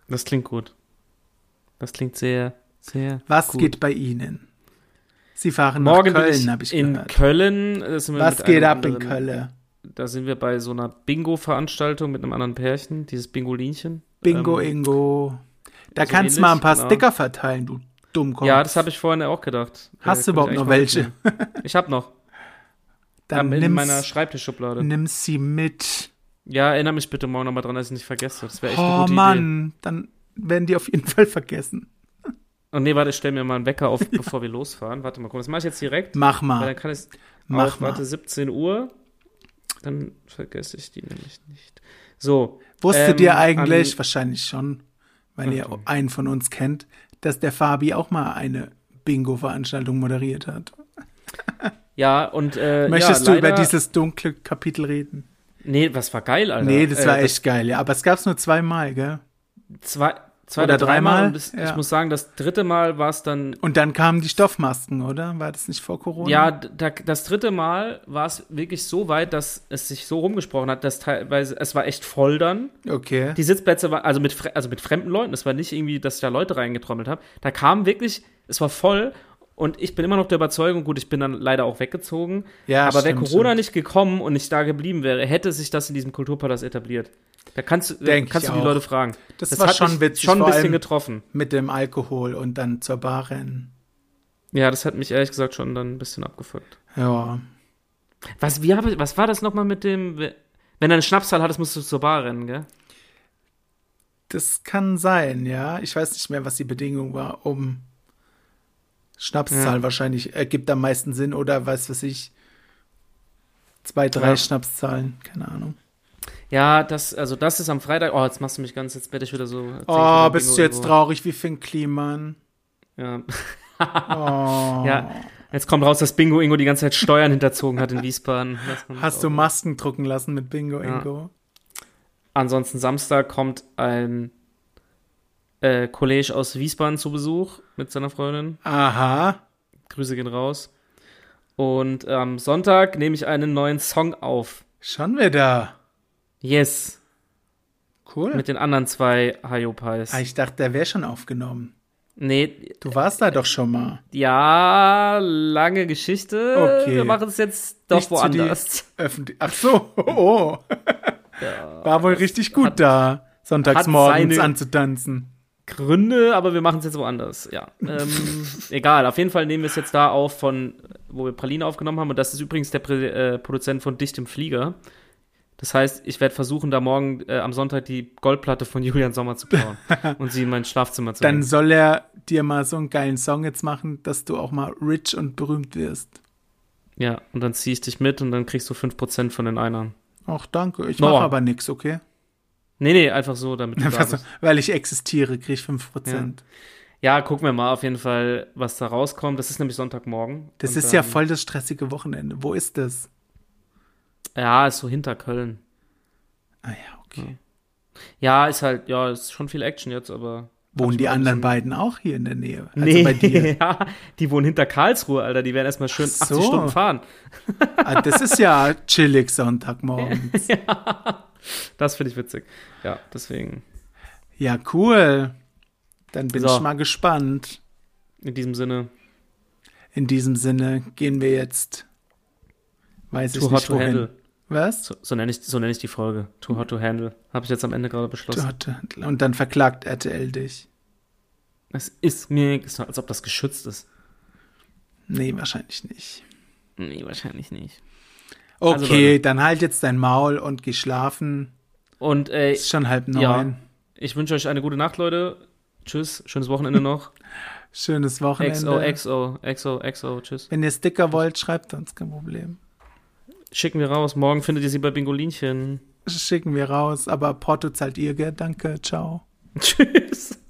Speaker 2: Das klingt gut. Das klingt sehr, sehr.
Speaker 1: Was
Speaker 2: gut.
Speaker 1: geht bei Ihnen? Sie fahren
Speaker 2: Morgen
Speaker 1: nach
Speaker 2: bin ich
Speaker 1: Köln, habe ich
Speaker 2: in
Speaker 1: gehört.
Speaker 2: Köln. Da sind wir
Speaker 1: Was
Speaker 2: mit
Speaker 1: geht
Speaker 2: einem
Speaker 1: ab in
Speaker 2: anderen-
Speaker 1: Köln?
Speaker 2: Da sind wir bei so einer Bingo-Veranstaltung mit einem anderen Pärchen, dieses Bingolinchen.
Speaker 1: Bingo,
Speaker 2: Ähm,
Speaker 1: Ingo. Da
Speaker 2: so
Speaker 1: kannst du mal ein
Speaker 2: ähnlich,
Speaker 1: paar
Speaker 2: genau.
Speaker 1: Sticker verteilen, du Dummkopf.
Speaker 2: Ja, das habe ich vorhin auch gedacht.
Speaker 1: Hast du
Speaker 2: Äh,
Speaker 1: überhaupt
Speaker 2: könnte ich
Speaker 1: noch
Speaker 2: eigentlich
Speaker 1: welche?
Speaker 2: mal mitnehmen. Ich habe noch.
Speaker 1: Dann
Speaker 2: Am- in
Speaker 1: nimm's-
Speaker 2: meiner Schreibtischschublade.
Speaker 1: nimm sie mit.
Speaker 2: Ja, erinnere mich bitte morgen nochmal dran, dass ich nicht vergesse. Das wäre echt eine
Speaker 1: Oh
Speaker 2: gute Idee.
Speaker 1: Mann, dann werden die auf jeden Fall vergessen.
Speaker 2: Und Oh, nee, warte, ich stelle mir mal einen Wecker auf, bevor wir losfahren. Warte mal, guck, das mache ich jetzt direkt.
Speaker 1: Mach
Speaker 2: Weil
Speaker 1: mal.
Speaker 2: dann kann ich
Speaker 1: Mach
Speaker 2: auf,
Speaker 1: mal.
Speaker 2: warte, 17 Uhr. Dann vergesse ich die nämlich nicht. So.
Speaker 1: Wusstet
Speaker 2: ähm,
Speaker 1: ihr eigentlich,
Speaker 2: an-
Speaker 1: wahrscheinlich schon, weil ihr einen von uns kennt, dass der Fabi auch mal eine Bingo-Veranstaltung moderiert hat?
Speaker 2: Ja, und äh,
Speaker 1: Möchtest
Speaker 2: ja,
Speaker 1: du über
Speaker 2: leider-
Speaker 1: dieses dunkle Kapitel reden?
Speaker 2: Nee, was war geil, Alter.
Speaker 1: nee, das war
Speaker 2: äh,
Speaker 1: echt geil, ja. Aber es gab es nur zweimal, gell?
Speaker 2: Zwei, zwei
Speaker 1: Oder
Speaker 2: oder dreimal.
Speaker 1: dreimal,
Speaker 2: und das,
Speaker 1: ja.
Speaker 2: Ich muss sagen, das dritte Mal war es dann.
Speaker 1: Und dann kamen die Stoffmasken, oder? War das nicht vor Corona?
Speaker 2: Ja, da, das dritte Mal war es wirklich so weit, dass es sich so rumgesprochen hat, dass teilweise, es war echt voll dann.
Speaker 1: Okay.
Speaker 2: Die Sitzplätze waren, also mit, fre- also mit fremden Leuten, es war nicht irgendwie, dass ich da Leute reingetrommelt habe. Da kamen wirklich, es war voll und ich bin immer noch der Überzeugung, gut, ich bin dann leider auch weggezogen.
Speaker 1: Ja,
Speaker 2: aber wäre
Speaker 1: stimmt,
Speaker 2: Corona
Speaker 1: stimmt.
Speaker 2: nicht gekommen und nicht da geblieben wäre, hätte sich das in diesem Kulturpalast etabliert. Da kannst du, da
Speaker 1: Denk
Speaker 2: kannst
Speaker 1: ich
Speaker 2: du die
Speaker 1: auch.
Speaker 2: Leute fragen.
Speaker 1: Das war
Speaker 2: hat
Speaker 1: schon
Speaker 2: mich
Speaker 1: witzig,
Speaker 2: Schon ein
Speaker 1: vor
Speaker 2: bisschen
Speaker 1: allem-
Speaker 2: getroffen.
Speaker 1: Mit dem Alkohol und dann zur Bar rennen.
Speaker 2: Ja, das hat mich ehrlich gesagt schon dann ein bisschen abgefuckt.
Speaker 1: Ja.
Speaker 2: Was, wie habe, was war das nochmal mit dem, wenn du eine Schnapszahl hattest, musst du zur Bar rennen, gell?
Speaker 1: Das kann sein, ja. Ich weiß nicht mehr, was die Bedingung war, um Schnapszahl wahrscheinlich ergibt am meisten Sinn oder weiß was ich. Zwei, drei
Speaker 2: Ja.
Speaker 1: Schnapszahlen, keine Ahnung.
Speaker 2: Ja, das, also das ist am Freitag. Oh, jetzt machst du mich ganz, jetzt werde ich wieder so.
Speaker 1: Oh, bist du jetzt
Speaker 2: drauf?
Speaker 1: traurig wie Finn Kliman?
Speaker 2: Ja.
Speaker 1: Oh.
Speaker 2: ja, jetzt kommt raus, dass Bingo Ingo die ganze Zeit Steuern hinterzogen hat in Wiesbaden. Das kommt
Speaker 1: Hast
Speaker 2: auch.
Speaker 1: du Masken drucken lassen mit Bingo
Speaker 2: Ja.
Speaker 1: Ingo?
Speaker 2: Ansonsten Samstag kommt ein äh, Kollege aus Wiesbaden zu Besuch mit seiner Freundin.
Speaker 1: Aha.
Speaker 2: Grüße gehen raus. Und am Sonntag nehme ich einen neuen Song auf.
Speaker 1: Schon wieder.
Speaker 2: Yes.
Speaker 1: Cool.
Speaker 2: Mit den anderen zwei Hayopais.
Speaker 1: ah, ich dachte, der wäre schon aufgenommen.
Speaker 2: Nee,
Speaker 1: Du warst da doch schon mal.
Speaker 2: ja, lange Geschichte.
Speaker 1: Okay.
Speaker 2: Wir machen es jetzt doch
Speaker 1: Nicht zu
Speaker 2: woanders.
Speaker 1: Öffentlich. Ach so. Oh. War wohl richtig gut da, sonntags
Speaker 2: hat
Speaker 1: morgens
Speaker 2: seine-
Speaker 1: anzutanzen.
Speaker 2: Gründe, aber wir machen es jetzt woanders. Ja. Ähm, egal, auf jeden Fall nehmen wir es jetzt da auf, von wo wir Praline aufgenommen haben. Und das ist übrigens der Prä äh, Produzent von Dicht im Flieger. Das heißt, ich werde versuchen, da morgen äh, am Sonntag die Goldplatte von Julian Sommer zu klauen und sie in mein Schlafzimmer zu
Speaker 1: Dann
Speaker 2: hängen.
Speaker 1: soll er dir mal so einen geilen Song jetzt machen, dass du auch mal rich und berühmt wirst.
Speaker 2: Ja, und dann ziehe ich dich mit und dann kriegst du 5% von den Einnahmen.
Speaker 1: Ach, danke. Ich
Speaker 2: Noah.
Speaker 1: mache aber nichts, okay?
Speaker 2: Nee, nee, einfach so, damit du da
Speaker 1: Also,
Speaker 2: bist.
Speaker 1: weil ich existiere, kriege ich 5%.
Speaker 2: Ja, gucken wir mal auf jeden Fall, was da rauskommt. Das ist nämlich Sonntagmorgen.
Speaker 1: Das
Speaker 2: Und,
Speaker 1: ist ja
Speaker 2: ähm,
Speaker 1: voll das stressige Wochenende. Wo ist das?
Speaker 2: Ja, ist so hinter Köln.
Speaker 1: Ah ja, okay.
Speaker 2: Ja, ist halt, ja, ist schon viel Action jetzt, aber.
Speaker 1: Wohnen
Speaker 2: ich
Speaker 1: die
Speaker 2: mal ein
Speaker 1: anderen beiden auch hier in der Nähe? Also
Speaker 2: also nee,
Speaker 1: bei dir.
Speaker 2: ja, die wohnen hinter Karlsruhe, Alter. Die werden erstmal schön
Speaker 1: Ach
Speaker 2: 80
Speaker 1: so.
Speaker 2: Stunden fahren.
Speaker 1: Ah, das ist ja chillig Sonntagmorgens.
Speaker 2: Das finde ich witzig. Ja, deswegen.
Speaker 1: Ja, cool. Dann bin
Speaker 2: So.
Speaker 1: ich mal gespannt.
Speaker 2: In diesem Sinne,
Speaker 1: In diesem Sinne gehen wir jetzt. Weiß
Speaker 2: too
Speaker 1: ich
Speaker 2: hot
Speaker 1: nicht
Speaker 2: to
Speaker 1: wohin.
Speaker 2: handle.
Speaker 1: Was?
Speaker 2: So, so nenne ich, so nenn ich die Folge. Too hot to handle. Habe ich jetzt am Ende gerade beschlossen.
Speaker 1: Dort. Und dann verklagt RTL dich.
Speaker 2: Es ist mir, ist doch, als ob das geschützt ist.
Speaker 1: Nee, wahrscheinlich nicht.
Speaker 2: Nee, wahrscheinlich nicht.
Speaker 1: Okay,
Speaker 2: Also, Leute.
Speaker 1: dann halt jetzt dein Maul und geh schlafen.
Speaker 2: Und äh,
Speaker 1: Ist schon halb neun.
Speaker 2: ja, ich wünsche euch eine gute Nacht, Leute. Tschüss, schönes Wochenende noch.
Speaker 1: Schönes Wochenende.
Speaker 2: XO, XO, XO, XO, tschüss.
Speaker 1: Wenn ihr Sticker wollt, schreibt uns, kein Problem.
Speaker 2: Schicken wir raus. Morgen findet ihr sie bei Bingolinchen.
Speaker 1: Schicken wir raus, aber Porto zahlt ihr, gell? Danke, ciao.
Speaker 2: Tschüss.